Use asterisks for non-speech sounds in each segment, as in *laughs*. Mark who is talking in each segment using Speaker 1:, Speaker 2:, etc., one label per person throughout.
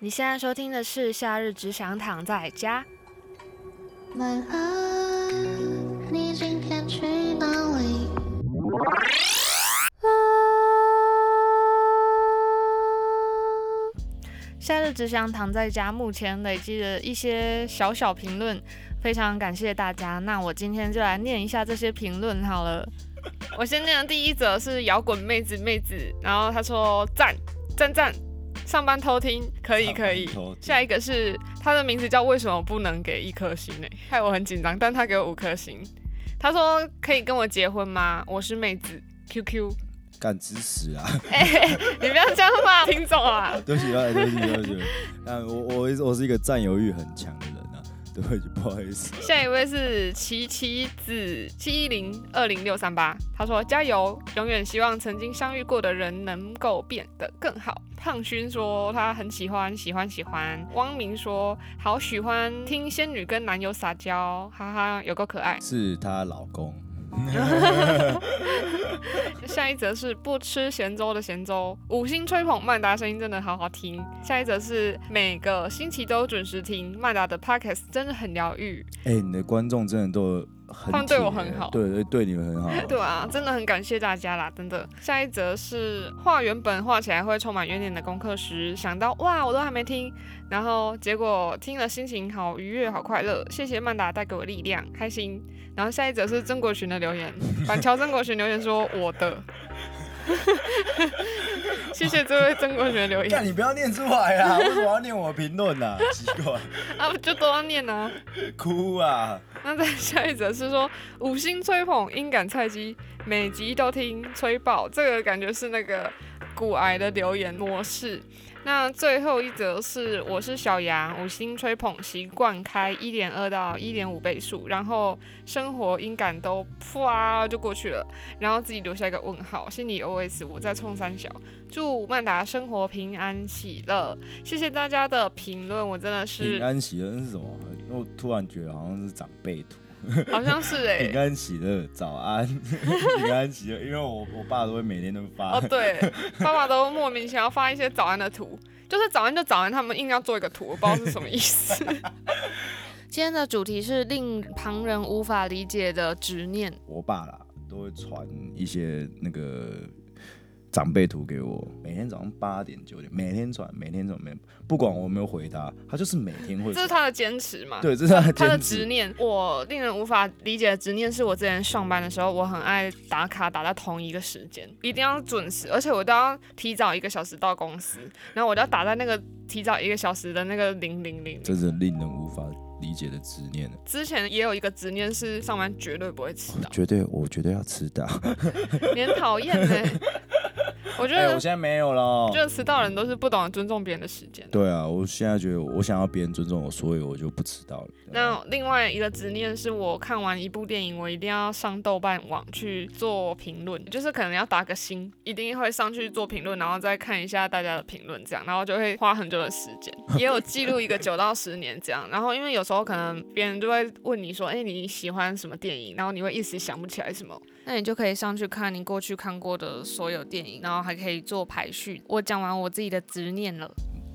Speaker 1: 你现在收听的是《夏日只想躺在家》。
Speaker 2: My love，你今天去哪里？
Speaker 1: 夏日只想躺在家，目前累积了一些小小评论，非常感谢大家。那我今天就来念一下这些评论好了。我先念的第一则是摇滚妹子妹子，然后她说赞赞赞，上班偷听可以可以
Speaker 3: 上班偷。听
Speaker 1: 下一个是她的名字叫为什么不能给一颗星呢、害我很紧张，但她给我五颗星。她说可以跟我结婚吗？我是妹子 QQ，
Speaker 3: 干支持啊！ *laughs*
Speaker 1: 哎、你不要这样骂听众啊！
Speaker 3: 对不起，对不起，对不起，对不起。但我我我是一个占有欲很强的人啊，对不起，不好意思。啊
Speaker 1: 下一位是琪琪子七一零二零六三八，他说加油，永远希望曾经相遇过的人能够变得更好。胖勋说他很喜欢，喜欢，喜欢。汪明说好喜欢听仙女跟男友撒娇，哈哈，有够可爱。
Speaker 3: 是她老公，
Speaker 1: 下一则是不吃咸粥的咸粥，五星吹捧曼达声音真的好好听。下一则是每个星期都准时听曼达的 podcast，真的很疗愈。
Speaker 3: 哎、你的观众真的都很
Speaker 1: 他们对我
Speaker 3: 铁
Speaker 1: 很好
Speaker 3: 对对对，你们很好。
Speaker 1: *laughs* 对啊，真的很感谢大家啦，真的。下一则是画原本画起来会充满怨念的功课时，想到哇，我都还没听，然后结果听了心情好愉悦，好快乐。谢谢曼达带给我力量，开心。然后下一则是曾国群的留言，板桥曾国群留言说我的， *laughs* 谢谢这位曾国群的留言
Speaker 3: 干，。你不要念出来啊！ *laughs* 为什么要念我评论啊？奇怪，
Speaker 1: 啊，就都要念啊。
Speaker 3: 哭啊！
Speaker 1: 那再下一则是说五星吹捧音感菜鸡，每集都听吹爆，这个感觉是那个骨癌的留言模式。那最后一则是我是小杨，五星吹捧习惯开一点二到一点五倍速，然后生活音感都啪就过去了，然后自己留下一个问号，心里 OS 我在冲三小，祝曼达生活平安喜乐，谢谢大家的评论，我真的
Speaker 3: 平
Speaker 1: 是
Speaker 3: 安喜乐那是什么？我突然觉得好像是长辈图。
Speaker 1: 好像
Speaker 3: *laughs*
Speaker 1: 是哎、
Speaker 3: 平安喜乐，早安， *laughs* 平安喜乐。因为我我爸都会每天都发。
Speaker 1: 哦，对，爸爸都莫名其妙发一些早安的图，就是早安就早安，他们硬要做一个图，我不知道是什么意思。 *laughs* 今天的主题是令旁人无法理解的执念。
Speaker 3: 我爸啦，都会传一些那个长辈图给我，每天早上八点九点，每天传，每天传，每不管我有没有回他，他就是每天会
Speaker 1: 这是
Speaker 3: 传。
Speaker 1: 他的坚持嘛？
Speaker 3: 对，这是他的
Speaker 1: 他的
Speaker 3: 坚
Speaker 1: 执
Speaker 3: 持。
Speaker 1: 念，我令人无法理解的执念是我之前上班的时候，我很爱打卡打在同一个时间，一定要准时，而且我都要提早一个小时到公司，然后我都要打在那个提早一个小时的那个零零零。
Speaker 3: 这是令人无法理解的执念，啊
Speaker 1: 之前也有一个执念是上班绝对不会迟到，
Speaker 3: 绝对，我绝对要迟到。
Speaker 1: 你很讨厌呢。 *laughs* 我觉
Speaker 3: 哎、我
Speaker 1: 得，
Speaker 3: 现在没有了
Speaker 1: 我觉。得迟到的人都是不懂得尊重别人的时间。
Speaker 3: 对啊，我现在觉得我想要别人尊重我，所以我就不迟到了。
Speaker 1: 那另外一个执念是我看完一部电影，我一定要上豆瓣网去做评论，就是可能要打个星，一定会上去做评论，然后再看一下大家的评论，这样，然后就会花很久的时 *laughs* 间，也有记录一个九到十年这样。然后因为有时候可能别人就会问你说，哎、你喜欢什么电影？然后你会一时想不起来什么，那你就可以上去看你过去看过的所有电影，然后还可以做排序。我讲完我自己的执念了。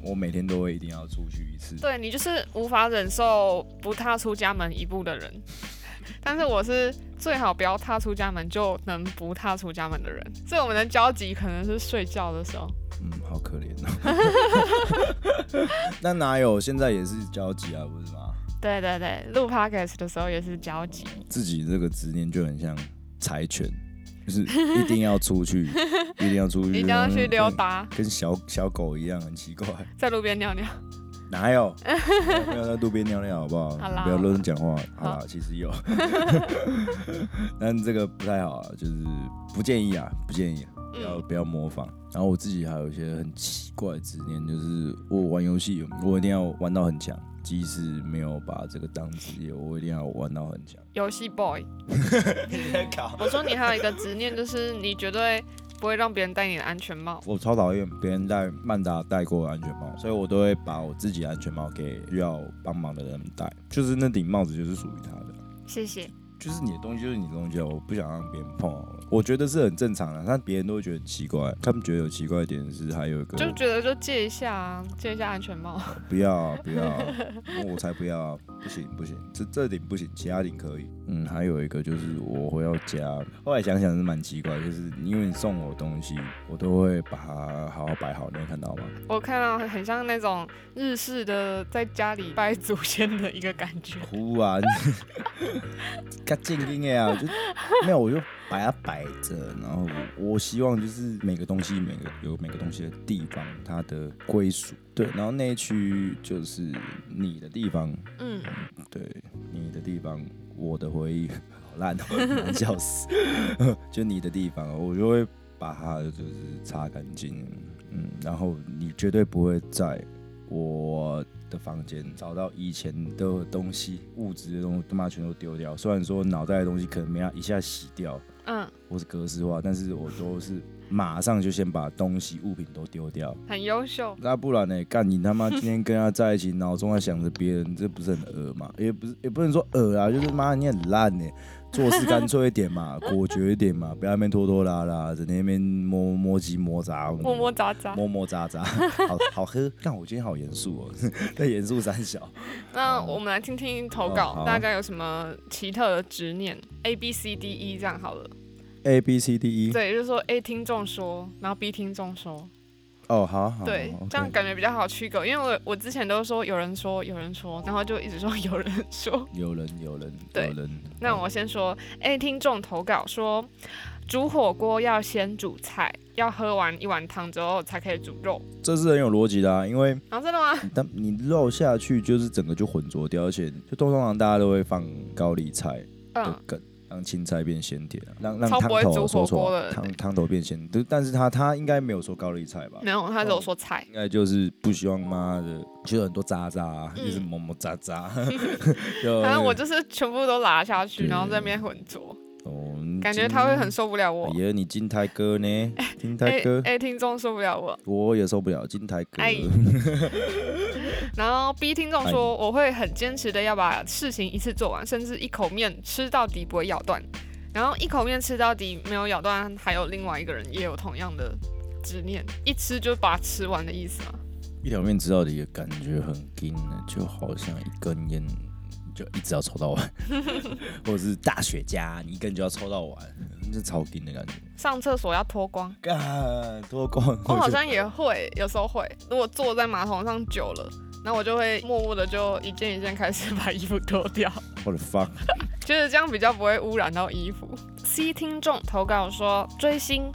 Speaker 3: 我每天都会一定要出去一次。
Speaker 1: 对你就是无法忍受不踏出家门一步的人，但是我是最好不要踏出家门就能不踏出家门的人，所以我们的交集可能是睡觉的时候。
Speaker 3: 嗯，好可怜哦。 *laughs* 那哪有？现在也是交集啊，不是吗？
Speaker 1: 对对对，录 podcast 的时候也是交集。
Speaker 3: 自己这个执念就很像柴犬，就是一定要
Speaker 1: *laughs*
Speaker 3: 出去，一定要出去，
Speaker 1: 一定要去溜，达，
Speaker 3: 跟小小狗一样，很奇怪。
Speaker 1: 在路边尿尿。*laughs*
Speaker 3: 哪有？不要在路边尿尿好不好？
Speaker 1: 好啦
Speaker 3: 不要乱讲话。好
Speaker 1: 好
Speaker 3: 啦，其实有， *laughs* 但这个不太好啊，就是不建议啊，不建议、啊，不要
Speaker 1: 嗯，
Speaker 3: 不要模仿。然后我自己还有一些很奇怪的执念，就是我玩游戏，我一定要玩到很强，即使没有把这个当职业，我一定要玩到很强。
Speaker 1: 游戏 boy。
Speaker 3: 你在搞？
Speaker 1: 我说你还有一个执念，就是你绝对不会让别人戴你的安全帽。
Speaker 3: 我超讨厌别人戴曼达戴过的安全帽，所以我都会把我自己的安全帽给需要帮忙的人戴，就是那顶帽子就是属于他的，
Speaker 1: *laughs* 谢谢。
Speaker 3: 就是你的东西就是你的东西啊，我不想让别人碰啊。我觉得是很正常的，但别人都会觉得很奇怪。他们觉得有奇怪的点是，还有一个
Speaker 1: 就觉得就借一下啊，借一下安全帽。
Speaker 3: 不要啊、不要啊、我才不要、啊，不行不行，这这顶不行，其他顶可以。嗯，还有一个就是我回到家，后来想想是蛮奇怪，就是因为你送我东西，我都会把它好好摆好，你有看到吗？
Speaker 1: 我看到很像那种日式的在家里拜祖先的一个感觉。
Speaker 3: 忽然，啊 *laughs* 干静音的啊，就没有，我就把它摆着，然后我希望就是每个东西每个有每个东西的地方它的归属，对，然后那一区就是你的地方，
Speaker 1: 嗯，
Speaker 3: 对，你的地方，我的回忆， *laughs* 好烂哦，难笑死， *laughs* 就你的地方，我就会把它就是擦干净，嗯，然后你绝对不会在我的房间找到以前的东西，物质的东西，他妈全都丢掉。虽然说脑袋的东西可能没有一下洗掉，
Speaker 1: 嗯，
Speaker 3: 或是格式化，但是我都是马上就先把东西物品都丢掉。
Speaker 1: 很优秀。
Speaker 3: 那不然呢、干你他妈今天跟他在一起，脑中还想着别人，这不是很恶嘛？也不是，也不能说恶啊，就是妈你很烂呢、做事干脆一点
Speaker 1: *laughs*
Speaker 3: 嘛，果决一点嘛，不要在那边拖拖拉拉，在那边摸摸鸡摸杂，嗯
Speaker 1: 摸摸杂杂。
Speaker 3: 摸摸渣
Speaker 1: *laughs*
Speaker 3: 渣，好好喝。但我今天好严肃哦， *laughs* 在严肃三小。
Speaker 1: 那我们来听听投稿，
Speaker 3: 哦好啊
Speaker 1: 大家有什么奇特的执念？A B C D E 这样好了。
Speaker 3: A B C D E。
Speaker 1: 对，就是说 A 听众说，然后 B 听众说，
Speaker 3: 哦，好好。
Speaker 1: 对，
Speaker 3: 好
Speaker 1: 这样
Speaker 3: OK
Speaker 1: 感觉比较好区隔。因为我我之前都说有人说有人说，然后就一直说有人说。 *laughs*
Speaker 3: 有人，有人，
Speaker 1: 对
Speaker 3: 有人。
Speaker 1: 那我先说 A 听众投稿说，煮火锅要先煮菜，要喝完一碗汤之后才可以煮肉。
Speaker 3: 嗯这是很有逻辑的啊，因为
Speaker 1: 然后真的吗？
Speaker 3: 你当你肉下去，就是整个就浑浊掉，而且就通常大家都会放高丽菜的
Speaker 1: 嗯，
Speaker 3: 梗。让青菜变鲜甜啊，让让
Speaker 1: 超
Speaker 3: 汤
Speaker 1: 不会
Speaker 3: 头
Speaker 1: 煮
Speaker 3: 说
Speaker 1: 火
Speaker 3: 错
Speaker 1: 锅
Speaker 3: 啊
Speaker 1: 的
Speaker 3: 汤汤头变鲜，但但是他他应该没有说高丽菜吧？
Speaker 1: 没有，
Speaker 3: 哦
Speaker 1: 他只有说菜。
Speaker 3: 应该就是不希望妈的，就有很多渣渣啊，
Speaker 1: 嗯
Speaker 3: 就是么么渣
Speaker 1: *laughs*
Speaker 3: 渣。 *laughs* 就
Speaker 1: 反正我就是全部都拉下去，
Speaker 3: 呃对
Speaker 1: 然后在那边混浊，
Speaker 3: 哦，
Speaker 1: 感觉他会很受不了我哎
Speaker 3: 哎。呀，你金泰哥呢？金泰
Speaker 1: A
Speaker 3: 哥，
Speaker 1: A 听众受不了我，
Speaker 3: 我也受不了 *laughs* 金泰哥。
Speaker 1: 哎然后 B 听
Speaker 3: 哎
Speaker 1: 众说我会很坚持的要把事情一次做完，甚至一口面吃到底不会咬断。然后一口面吃到底没有咬断，还有另外一个人也有同样的执念，一吃就把它吃完的意思嘛。
Speaker 3: 一条面吃到底的感觉很硬呢，就好像一根烟就一直要抽到完， *laughs* 或者是大雪茄，你一根就要抽到完，这超硬的感觉。
Speaker 1: 上厕所要脱光，
Speaker 3: 干脱光，
Speaker 1: 我好像也会，有时候会。如果坐在马桶上久了，然后我就会默默的就一件一件开始 *laughs* 把衣服脱掉。
Speaker 3: 我的 fuck，
Speaker 1: 就是这样比较不会污染到衣服。C 听众投稿说，追星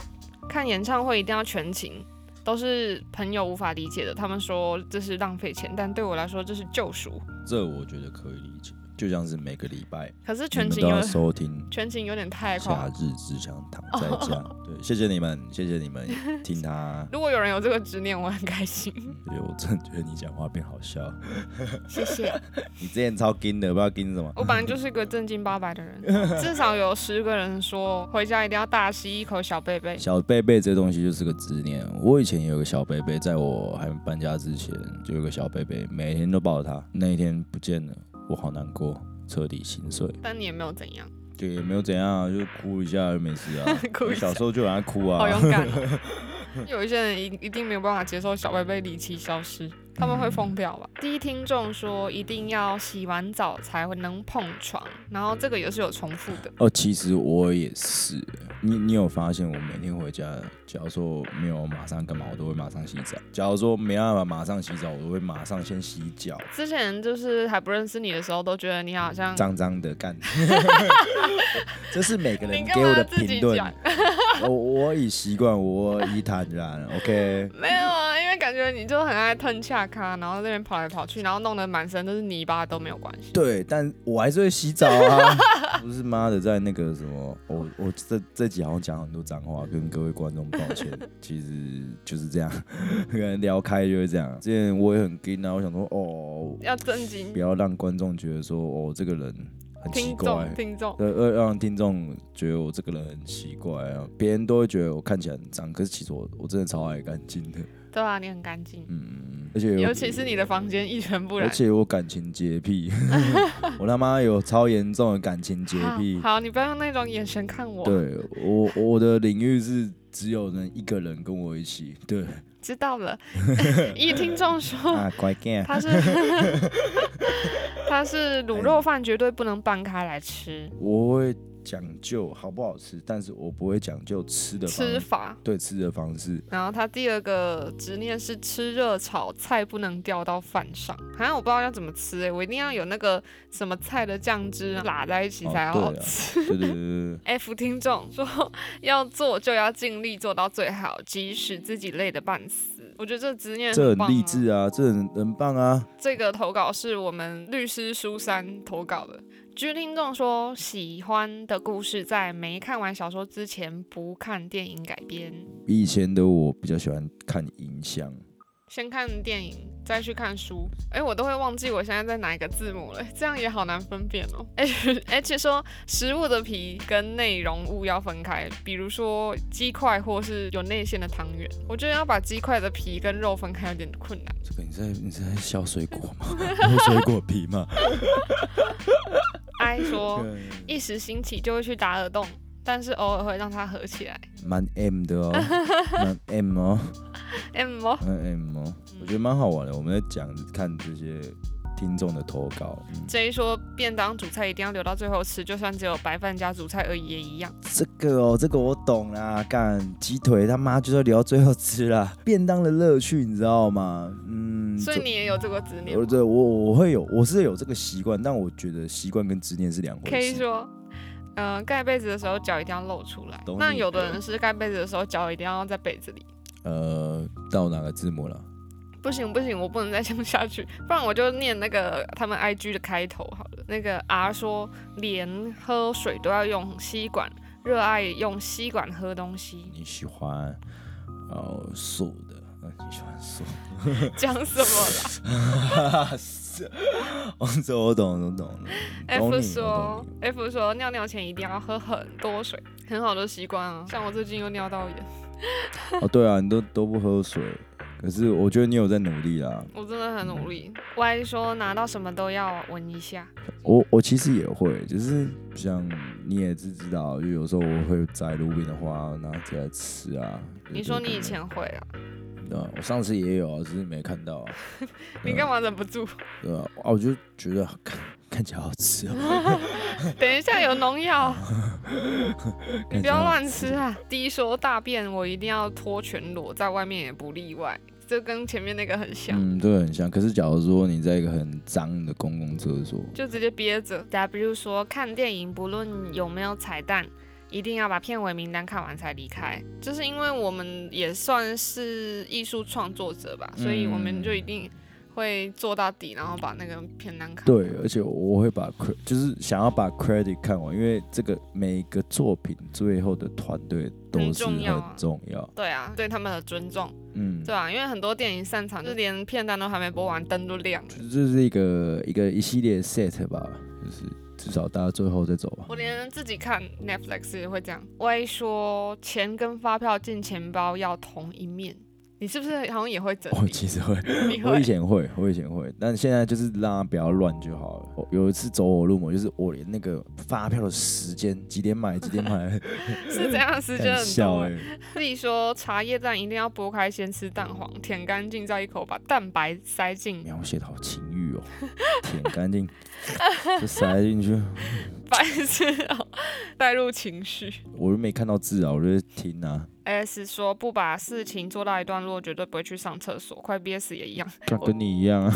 Speaker 1: 看演唱会一定要全勤，都是朋友无法理解的。他们说这是浪费钱，但对我来说这是救赎。
Speaker 3: 这我觉得可以理解，就像是每个礼拜
Speaker 1: 可是
Speaker 3: 你
Speaker 1: 全
Speaker 3: 们
Speaker 1: 勤
Speaker 3: 都要
Speaker 1: 有
Speaker 3: 收听
Speaker 1: *laughs* 全勤有点太夸
Speaker 3: 夏日只想躺在家。对，谢谢你们，谢谢你们听他。
Speaker 1: 如果有人有这个执念，我很开心。
Speaker 3: 对，我真的觉得你讲话变好笑。
Speaker 1: *laughs* 谢谢。
Speaker 3: 你之前超金的，不知道金
Speaker 1: *laughs*
Speaker 3: 什么。
Speaker 1: 我本来就是个正经八百的 *laughs* 人，至少有十个人说回家一定要大吸一口小贝贝。
Speaker 3: 小贝贝这东西就是个执念。我以前也有个小贝贝，在我还没搬家之前就有个小贝贝，每天都抱着它。那一天不见了，我好难过，彻底心碎。
Speaker 1: 但你也没有怎样，。
Speaker 3: 对，也没有怎样啊，就哭一下就没事啊
Speaker 1: 嗯 *laughs* 哭一下
Speaker 3: 我小时候就让它哭啊。
Speaker 1: 好勇敢、哦。有一些人一一定没有办法接受小贝贝离奇消
Speaker 3: 嗯
Speaker 1: 失，他们会疯掉吧？第一听众说一定要洗完澡才会能碰床，然后这个也是有重复的。
Speaker 3: *laughs* 哦，其实我也是。你你有发现我每天回家，假如说没有马上干嘛，我都会马上洗澡。假如说没办法马上洗澡，我都会马上先洗脚，
Speaker 1: 之前就是还不认识你的时候，都觉得你好像
Speaker 3: 脏脏
Speaker 1: *laughs*
Speaker 3: 的干。 *laughs* 这是每个
Speaker 1: 你
Speaker 3: 人
Speaker 1: 干
Speaker 3: 给我
Speaker 1: 嘛
Speaker 3: 的
Speaker 1: 自己
Speaker 3: 评论
Speaker 1: 讲？。
Speaker 3: *laughs* 我我已习惯，我已坦然。OK，
Speaker 1: 没有啊，因为感觉你就很爱吞恰咖，然后在那边跑来跑去，然后弄得满身都是泥巴都没有关系。
Speaker 3: 对，但我还是会洗澡啊。不是妈的，在那个什么，我我这这集好像讲很多脏话，跟各位观众抱歉。其实就是这样， *laughs* 跟人聊开就会这样。之前我也很跟啊，我想说哦，
Speaker 1: 要正经
Speaker 3: 不，要让观众觉得说哦这个人很奇
Speaker 1: 听
Speaker 3: 怪
Speaker 1: 众，听众，
Speaker 3: 呃呃，让听众觉得我这个人很奇怪啊，别人都会觉得我看起来很脏，可是其实我我真的超爱干净的。
Speaker 1: 对啊，你很干净，
Speaker 3: 嗯，而且有
Speaker 1: 尤其是你的房间一尘不
Speaker 3: 而
Speaker 1: 染。
Speaker 3: 且我感情洁
Speaker 1: *laughs*
Speaker 3: 癖，我他妈有超严重的感情洁
Speaker 1: 好
Speaker 3: 癖。
Speaker 1: 好，你不要用那种眼神看我。
Speaker 3: 对我，我的领域是只有人一个人跟我一起。
Speaker 1: *laughs*
Speaker 3: 对
Speaker 1: 知道
Speaker 3: *laughs*
Speaker 1: 了。一听众说
Speaker 3: 啊， *laughs* 乖 g
Speaker 1: 他是 *laughs* 他是卤肉饭绝对不能拌开来吃，
Speaker 3: 我会讲究好不好吃，但是我不会讲究吃的方
Speaker 1: 吃法。
Speaker 3: 对吃的
Speaker 1: *laughs*
Speaker 3: 方式。
Speaker 1: 然后他第二个执念是吃热炒菜不能掉到饭上，好像我不知道要怎么吃哎、我一定要有那个什么菜的酱汁拉在一起
Speaker 3: 哦
Speaker 1: 才
Speaker 3: 对
Speaker 1: 好
Speaker 3: 啊
Speaker 1: 吃。
Speaker 3: 对对对对对，
Speaker 1: *laughs* F 听众说，要做就要尽力做到最好，即使自己累得半死。我觉得这执 *laughs* 念
Speaker 3: 这
Speaker 1: 棒
Speaker 3: 很励
Speaker 1: 啊
Speaker 3: 志啊，这很很棒啊。
Speaker 1: 这个投稿是我们律师苏珊投稿的。据听众说，喜欢的故事在没看完小说之前不看电影改编，
Speaker 3: 以前的我比较喜欢看影像，
Speaker 1: 先看电影再去看书。哎，我都会忘记我现在在哪一个字母了，这样也好难分辨 *laughs* 哦。H H 说，食物的皮跟内容物要分开，比如说鸡块或是有内馅的汤圆。我觉得要把鸡块的皮跟肉分开有点困 *laughs* 难。
Speaker 3: 这个你在你在削水
Speaker 1: *laughs*
Speaker 3: 果吗？剥水果皮吗？
Speaker 1: I 说。
Speaker 3: 对
Speaker 1: 哦一时兴起就会去打耳洞，但是偶尔会让它合起来。
Speaker 3: 蛮 M
Speaker 1: *laughs*
Speaker 3: 的哦，蛮 M 哦，
Speaker 1: M 哦，
Speaker 3: 蛮 M 哦，我觉得蛮好玩的。我们在讲看这些听众的投稿，嗯
Speaker 1: 这一说便当主菜一定要留到最后吃，就算只有白饭加主菜而已也一样。
Speaker 3: 这个哦，这个我懂啦。干鸡腿他妈就是要留到最后吃啦，便当的乐趣你知道吗？嗯，
Speaker 1: 所以你也有这个执
Speaker 3: 这
Speaker 1: 念
Speaker 3: 我
Speaker 1: 吗
Speaker 3: 对我我会有，我是有这个习惯，但我觉得习惯跟执念是两回事。
Speaker 1: ？K 说，嗯、盖被子的时候脚一定要露出来
Speaker 3: 懂。
Speaker 1: 那
Speaker 3: 你
Speaker 1: 有的人是盖被子的时候脚一定要在被子里。
Speaker 3: 呃，到哪个字幕了？
Speaker 1: 不行不行，我不能再这样下去，不然我就念那个他们 IG 的开头好了。那个 R 说，连喝水都要用吸管，热爱用吸管喝东
Speaker 3: *laughs*
Speaker 1: 西，
Speaker 3: 你喜欢哦素的，呃你喜欢 *laughs* 素。
Speaker 1: 讲什么啦？
Speaker 3: 哈，是，我哦这我懂，我懂，懂懂
Speaker 1: F
Speaker 3: 你，我
Speaker 1: 说
Speaker 3: 懂你。
Speaker 1: ，F 说尿尿前一定要喝很多水，很好的习惯啊。像我最近又尿道炎，
Speaker 3: 哦，对啊，你都都不喝水，可是我觉得你有在努力啦。
Speaker 1: 我真的很努力。Y 说拿到什么都要闻一下，
Speaker 3: 我我其实也会，就是像你也是知道，就有时候我会摘路边的花，然后直接吃啊。
Speaker 1: 你说你以前会啊？
Speaker 3: 啊，我上次也有啊，只是没看到啊。
Speaker 1: *laughs* 你干嘛忍不住？ *laughs*
Speaker 3: 对啊，啊，我就觉得看看起来好
Speaker 1: *laughs*
Speaker 3: 吃哦，
Speaker 1: 等一下有农
Speaker 3: *laughs*
Speaker 1: 药，你不
Speaker 3: 看起来
Speaker 1: 要
Speaker 3: 好哦
Speaker 1: 乱吃啊。D 说大便我一定要脱全裸，在外面也不例外，这跟前面那个很像。
Speaker 3: 嗯，对，很像。可是假如说你在一个很脏的公共厕所，
Speaker 1: 就直接憋着。W 说看电影不论有没有彩蛋，一定要把片尾名单看完才离开。就是因为我们也算是艺术创作者吧，所以我们就一定会做到底，然后把那个片单看完。
Speaker 3: 对，而且我会把 cre 就是想要把 credit 看完，因为这个每个作品最后的团队都
Speaker 1: 很
Speaker 3: 是
Speaker 1: 重
Speaker 3: 很
Speaker 1: 要啊
Speaker 3: 重要。
Speaker 1: 对啊，对他们的尊重，
Speaker 3: 嗯，
Speaker 1: 对啊，因为很多电影散场，就连片单都还没播完，灯都亮了。
Speaker 3: 就这是一个一个一系列 set 吧，就是至少大家最后再走吧 *laughs*
Speaker 1: 我。连自己看 Netflix 也会这样。歪说钱跟发票进钱包要同一面，你是不是好像也会整
Speaker 3: 我
Speaker 1: 理？
Speaker 3: 其实会，
Speaker 1: *laughs* 你
Speaker 3: 我
Speaker 1: 会
Speaker 3: 以前会，我以前会，但现在就是让它不要乱就好了。我有一次走火入魔，就是我连那个发票的时间几点买几
Speaker 1: *laughs*
Speaker 3: 点买， *laughs*
Speaker 1: 是这样，时间
Speaker 3: 很
Speaker 1: 很
Speaker 3: 笑
Speaker 1: 多
Speaker 3: 哎、
Speaker 1: 欸。自己说茶叶蛋一定要剥开，先吃蛋黄，舔干净，再一口把蛋白塞进
Speaker 3: 描写的好情欲哦，舔干净 *laughs* 就塞进去。
Speaker 1: 白痴哦， *laughs* 带入情绪。
Speaker 3: 我又没看到字啊，我就听啊。
Speaker 1: S 说不把事情做到一段落，绝对不会去上厕所，快憋死也一样。 *laughs*
Speaker 3: 干跟你一样啊，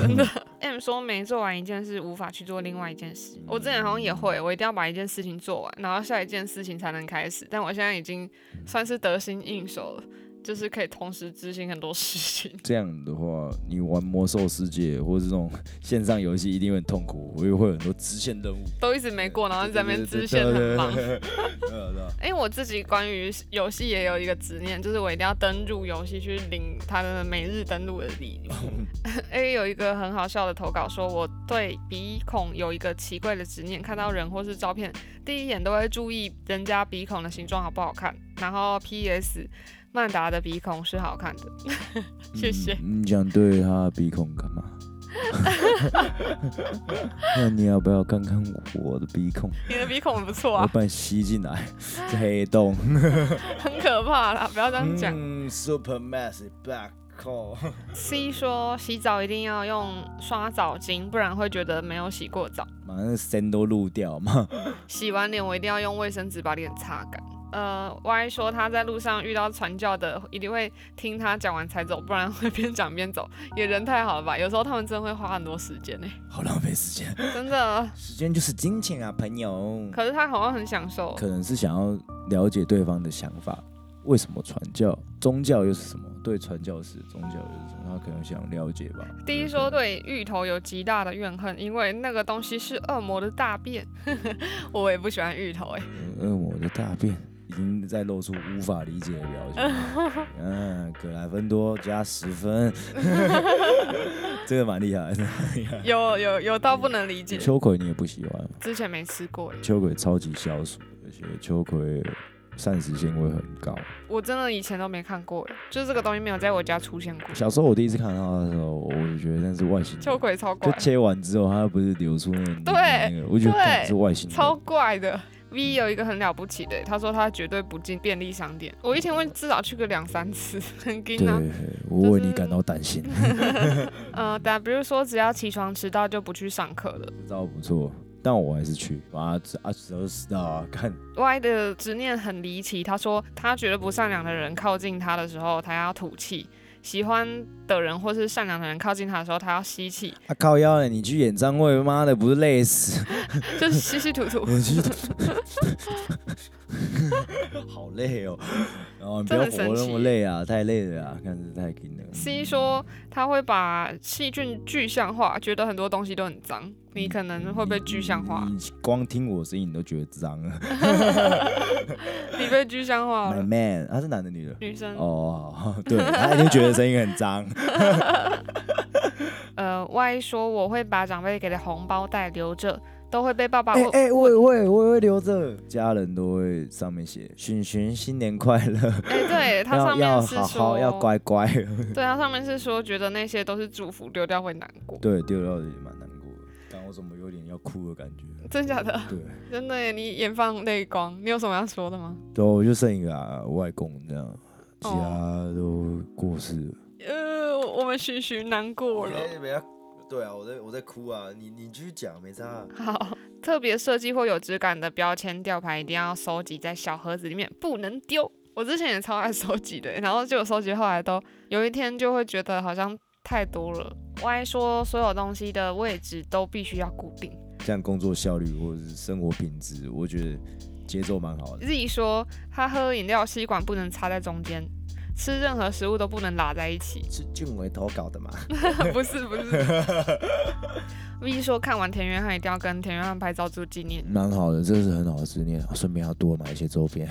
Speaker 1: M 说没做完一件事，无法去做另外一件事。我之前好像也会，
Speaker 3: 嗯
Speaker 1: 我一定要把一件事情做完，然后下一件事情才能开始。但我现在已经算是得心应手了，就是可以同时执行很多事情。
Speaker 3: *laughs* 这样的话，你玩魔兽世界或者这种线上游戏一定会很痛苦，我也会有很多支线任务。
Speaker 1: 都一直没过，然后在那边
Speaker 3: 对
Speaker 1: 支线很忙。
Speaker 3: 对对对对对对
Speaker 1: 因为我自己关于游戏也有一个执念，就是我一定要登入游戏去领它的每日登录的礼物。A
Speaker 3: *laughs*
Speaker 1: 有一个很好笑的投稿说，我对鼻孔有一个奇怪的执念，看到人或是照片，第一眼都会注意人家鼻孔的形状好不好看。然后 P.S. 曼达的鼻孔是好看的，谢谢。
Speaker 3: 嗯你想对着他的鼻孔干嘛？那你要不要看看我的鼻孔？
Speaker 1: 你的鼻孔不错
Speaker 3: 我
Speaker 1: 啊，
Speaker 3: 把你吸进来，这黑洞。
Speaker 1: 很可怕啦，不要这样讲。
Speaker 3: 嗯，super massive black hole。
Speaker 1: C 说洗澡一定要用刷澡巾，不然会觉得没有洗过澡。
Speaker 3: 马上声都录掉嘛。
Speaker 1: 洗完脸我一定要用卫生纸把脸擦干。呃，Y 说他在路上遇到传教的，一定会听他讲完才走，不然会边讲边走，也人太好了吧？有时候他们真的会花很多时间呢、欸
Speaker 3: 好浪费时间，
Speaker 1: *laughs* 真的。
Speaker 3: 时间就是金钱啊，朋友。
Speaker 1: 可是他好像很享受，
Speaker 3: 可能是想要了解对方的想法，为什么传教？宗教又是什么？对传教士，宗教又是什么？他可能想了解吧。
Speaker 1: 第一说对芋头有极大的怨恨，因为那个东西是恶魔的大便。 *laughs* 我也不喜欢芋头
Speaker 3: *laughs*
Speaker 1: 哎、
Speaker 3: 嗯，恶魔的大便已经在露出无法理解的
Speaker 1: *laughs*
Speaker 3: 表情。嗯，格莱芬多加十分，这个蛮厉害的。
Speaker 1: 有有有到不能理解。
Speaker 3: 秋葵你也不喜欢，
Speaker 1: 之前没吃过耶，欸
Speaker 3: 秋葵超级消暑，而且秋葵膳食纤维很高。
Speaker 1: 我真的以前都没看过耶，就是这个东西没有在我家出现过。
Speaker 3: 小时候我第一次看到它的时候，我就觉得那是外星
Speaker 1: 秋
Speaker 3: 人。
Speaker 1: 葵超
Speaker 3: 就
Speaker 1: 怪，
Speaker 3: 切完之后，它不是流出那个
Speaker 1: 对
Speaker 3: 那个，我就觉得
Speaker 1: 对
Speaker 3: 干是外星人。
Speaker 1: 超怪的。V 有一个很了不起的耶，他说他绝对不进便利商店，我一天会至少去个两三次，很惊
Speaker 3: 对
Speaker 1: 啊。，
Speaker 3: 我为
Speaker 1: 就
Speaker 3: 你
Speaker 1: 是
Speaker 3: 感到
Speaker 1: *laughs*
Speaker 3: 担心，
Speaker 1: 呃，但比如说只要起床迟到就不去上课了。
Speaker 3: 这招不错，但我还是去，妈啊，死死的啊，看
Speaker 1: Y 的执念很离奇，他说他觉得不善良的人靠近他的时候，他要吐气；喜欢的人或是善良的人靠近他的时候，他要吸气，
Speaker 3: 啊靠腰了，你去演唱会，妈的不是累死，
Speaker 1: 就是吸吸吐吐
Speaker 3: *laughs* 。我去，好累哦，然后你不
Speaker 1: 这
Speaker 3: 要
Speaker 1: 很
Speaker 3: 活得
Speaker 1: 神
Speaker 3: 那么
Speaker 1: 奇
Speaker 3: 累啊，太累了啊，看这太劲了。
Speaker 1: C 说他会把细菌具象化，觉得很多东西都很脏，你可能会被具象化
Speaker 3: 你，你光听我声音你都觉得脏了。
Speaker 1: 你被具象化
Speaker 3: My
Speaker 1: 了。
Speaker 3: man，他是啊男的女的？
Speaker 1: 女生，
Speaker 3: 哦， *laughs* 对，他一定觉得声音很脏。
Speaker 1: 呃，Y 说我会把长辈给的红包袋留着，都会被爸爸
Speaker 3: 哎
Speaker 1: 问。
Speaker 3: 哎，我也会，我也会留着。家人都会上面写“寻寻新年快乐
Speaker 1: 哎、对”， *laughs* 他
Speaker 3: 要
Speaker 1: 上面
Speaker 3: 要
Speaker 1: 是
Speaker 3: 好好
Speaker 1: 说
Speaker 3: 要乖乖。 *laughs*
Speaker 1: 对，它上面是说觉得那些都是祝福，丢掉会难过。
Speaker 3: 对，丢掉的也蛮难过的。但我怎么有点要哭的感觉？
Speaker 1: 真假的？
Speaker 3: 对，
Speaker 1: 真的耶，你眼放泪光，你有什么要说的吗？
Speaker 3: 对，我就剩一个啊，外公这样，其
Speaker 1: 哦
Speaker 3: 他都过世了。
Speaker 1: 呃，我们徐徐难过了。
Speaker 3: 哎要。对啊，我在我在哭啊，你你继续讲，没差、啊。
Speaker 1: 好， *laughs* 特别设计或有质感的标签吊牌一定要收集在小盒子里面，不能丢。我之前也超爱收集的，然后就收集，后来都有一天就会觉得好像太多了。歪说所有东西的位置都必须要固定。
Speaker 3: 这样工作效率或者是生活品质，我觉得节奏蛮好的。
Speaker 1: 自己说他喝饮料吸管不能插在中间，吃任何食物都不能拉在一起。
Speaker 3: 是俊伟投稿的嘛？
Speaker 1: *laughs* 不是不是。V 说看完田园汉一定要跟田园汉拍照做纪念，
Speaker 3: 蛮好的，这是很好的执念。顺便要多买一些周边。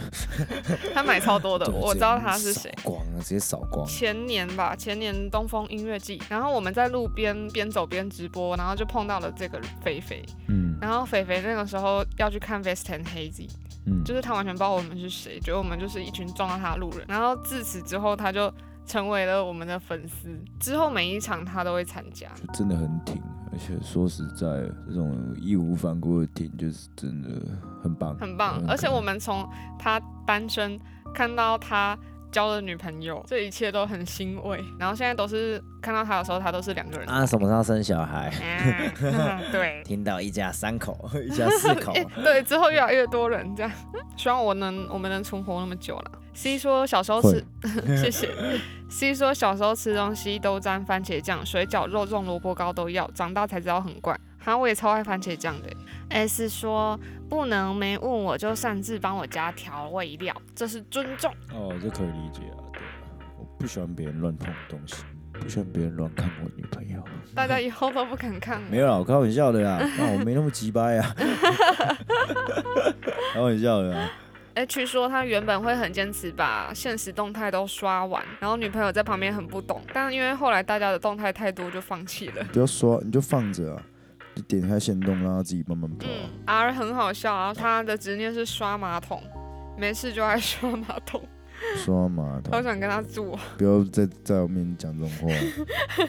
Speaker 1: 他买超多的，
Speaker 3: 对
Speaker 1: 我
Speaker 3: 直接
Speaker 1: 知道他是谁。
Speaker 3: 扫光啊，直接扫光。
Speaker 1: *laughs* 前年吧，前年东风音乐季，然后我们在路边边走边直播，然后就碰到了这个肥肥，
Speaker 3: 嗯
Speaker 1: 然后肥肥那个时候要去看 Vest and Hazy，
Speaker 3: 嗯，
Speaker 1: 就是他完全不知道我们是谁，觉得我们就是一群撞到他的路人，然后自此之后他就成为了我们的粉丝，之后每一场他都会参加，
Speaker 3: 就真的很挺，而且说实在，这种义无反顾的挺，就是真的很棒，
Speaker 1: 很棒。
Speaker 3: 嗯
Speaker 1: 而且我们从他单身看到他交了女朋友，这一切都很欣慰。然后现在都是看到他的时候，他都是两个
Speaker 3: *laughs*
Speaker 1: 人。
Speaker 3: 啊，什么时候生小孩？
Speaker 1: 啊 *laughs* 对，
Speaker 3: 听到一家三口，一家四
Speaker 1: *laughs*
Speaker 3: 口啊
Speaker 1: 诶哎对，之后越来越多人这样， *laughs* 希望我能我们能存活那么久了。C 说小时候吃， *laughs* 谢谢。C 说小时候吃东西都沾番茄酱，水饺、肉粽、萝卜糕都要，长大才知道很怪。哈，我也超爱番茄酱的。S 说不能没问我就擅自帮我加调味料，这是尊重。
Speaker 3: 哦，这可以理解啊，对啊，我不喜欢别人乱碰东西，不喜欢别人乱看我女朋友。
Speaker 1: 大家以后都不敢看我。
Speaker 3: *laughs* 没有啦，我开玩笑的啦，那我没那么急掰啊， *laughs* 开玩笑的啊。
Speaker 1: H 说他原本会很坚持把现实动态都刷完，然后女朋友在旁边很不懂，但因为后来大家的动态太多，就放弃了。
Speaker 3: 不要刷，你就放着啊，就点开线动，让它自己慢慢跑啊、
Speaker 1: 嗯，R 很好笑啊，他的执念是刷马桶，没事就爱刷马桶。
Speaker 3: 刷马桶
Speaker 1: 好，想跟他住哦， *laughs*
Speaker 3: 不要再在我面前讲这种话，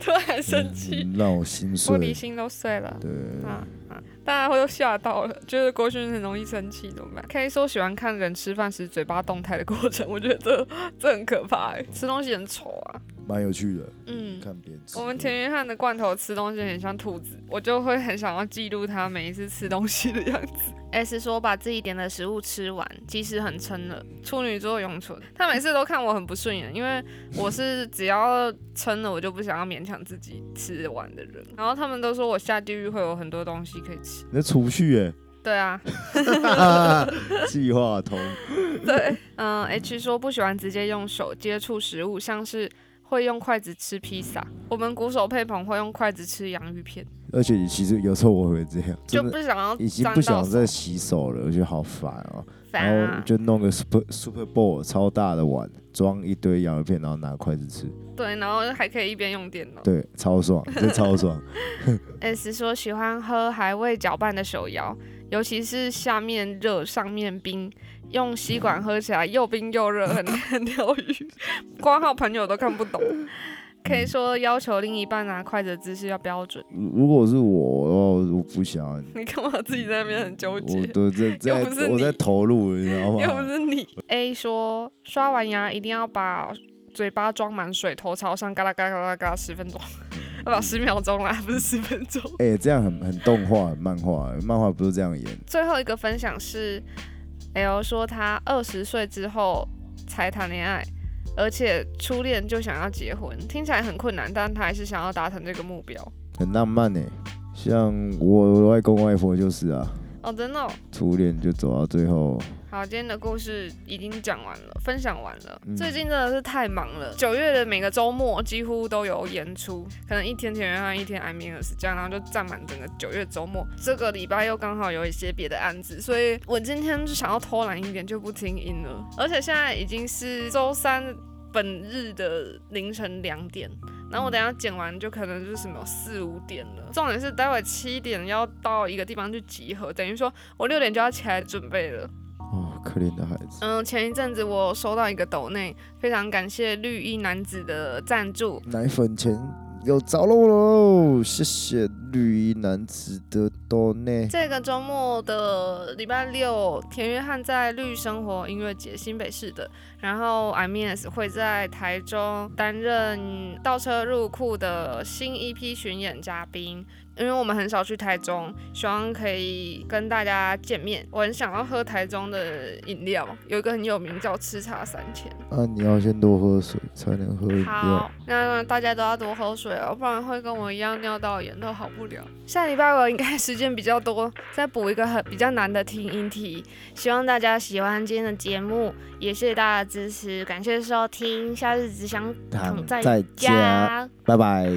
Speaker 1: 突然 *laughs* 生气，
Speaker 3: 嗯让我心
Speaker 1: 玻璃
Speaker 3: 碎。
Speaker 1: 心都碎了。
Speaker 3: 对，
Speaker 1: 啊啊！大家会都吓到了，觉得郭勋很容易生气，怎么办？K 说喜欢看人吃饭时嘴巴动态的过程，我觉得这这很可怕、欸，吃东西很丑啊。
Speaker 3: 蛮有趣的，
Speaker 1: 嗯，
Speaker 3: 看别人吃。
Speaker 1: 我们田约翰的罐头吃东西很像兔子，我就会很想要记录他每一次吃东西的样 *laughs* 子。S 哎说把自己点的食物吃完，即使很撑了。处女座永存，他每次都看我很不顺眼，因为我是只要撑了，我就不想要勉强自己吃完的人。然后他们都说我下地狱会有很多东西可以吃。
Speaker 3: 你在储蓄哎
Speaker 1: 对 *laughs* 啊，，
Speaker 3: 计划通。
Speaker 1: 对，嗯，H 说不喜欢直接用手接触食物，像是会用筷子吃披萨。我们鼓手佩鹏会用筷子吃洋芋片，
Speaker 3: 而且其实有时候我会这样，
Speaker 1: 就
Speaker 3: 真
Speaker 1: 不
Speaker 3: 的
Speaker 1: 想要
Speaker 3: 已经
Speaker 1: 沾
Speaker 3: 不
Speaker 1: 到
Speaker 3: 想
Speaker 1: 手
Speaker 3: 再洗手了，我觉得好烦哦、
Speaker 1: 烦
Speaker 3: 然后
Speaker 1: 啊。
Speaker 3: 就弄个 super super bowl 超大的碗，装一堆洋芋片，然后拿筷子吃，
Speaker 1: 对，然后还可以一边用电脑。
Speaker 3: 对，超爽，这超爽。 *laughs*
Speaker 1: S 说喜欢喝还未搅拌的手摇，尤其是下面热上面冰，用吸管喝起来又冰又热，
Speaker 3: *laughs*
Speaker 1: 很很疗愈。光号朋友都看不懂。可以说要求另一半拿筷子的姿势要标准。
Speaker 3: 如如果是我的话，我我不想，
Speaker 1: 你干嘛自己在那边很纠 *laughs* 结
Speaker 3: 我？都在在
Speaker 1: 不是
Speaker 3: 我
Speaker 1: 你
Speaker 3: 在投入，你知道
Speaker 1: 又不
Speaker 3: 吗？
Speaker 1: 是你。A 说刷完牙一定要把嘴巴装满水，头朝上，嘎啦嘎啦嘎啦嘎啦，十分钟， *laughs* 要把十秒钟啦， *laughs* 不是十分钟。
Speaker 3: 哎、这样很很动画，很漫画，漫画不是这样演，
Speaker 1: 最后一个分享是 L 说他二十岁之后才谈恋爱，而且初恋就想要结婚，听起来很困难，但他还是想要达成这个目标。
Speaker 3: 很浪漫呢、像我外公外婆就是啊，
Speaker 1: 哦，真的哦、
Speaker 3: 初恋就走到最后，
Speaker 1: 好，今天的故事已经讲完了，分享完了。
Speaker 3: 嗯
Speaker 1: 最近真的是太忙了，九月的每个周末几乎都有演出，可能一天田园汉，一天 I m e a n 这样，然后就占满整个九月周末。这个礼拜又刚好有一些别的案子，所以我今天就想要偷懒一点，就不听音了。而且现在已经是周三本日的凌晨两点。然后我等一下剪完就可能就是什么四五点了，重点是待会七点要到一个地方去集合，等于说我六点就要起来准备了。
Speaker 3: 哦，可怜的孩子，
Speaker 1: 嗯，前一阵子我收到一个抖内，非常感谢绿衣男子的赞助。
Speaker 3: 奶粉钱有着落喽，谢谢绿衣男子的多内。
Speaker 1: 这个周末的礼拜六，田约翰在绿生活音乐节新北市的，然后 I Miss 会在台中担任倒车入库的新一批巡演嘉宾。因为我们很少去台中，希望可以跟大家见面。我很想要喝台中的饮料，有一个很有名叫吃茶三千。
Speaker 3: 啊，你要先多喝水才能喝饮料
Speaker 1: 好。，那大家都要多喝水哦，不然会跟我一样尿道炎都好不了。下礼拜我应该时间比较多，再补一个很比较难的听音题。希望大家喜欢今天的节目，也谢谢大家的支持，感谢收听。下次只想躺在
Speaker 3: 在家，拜拜。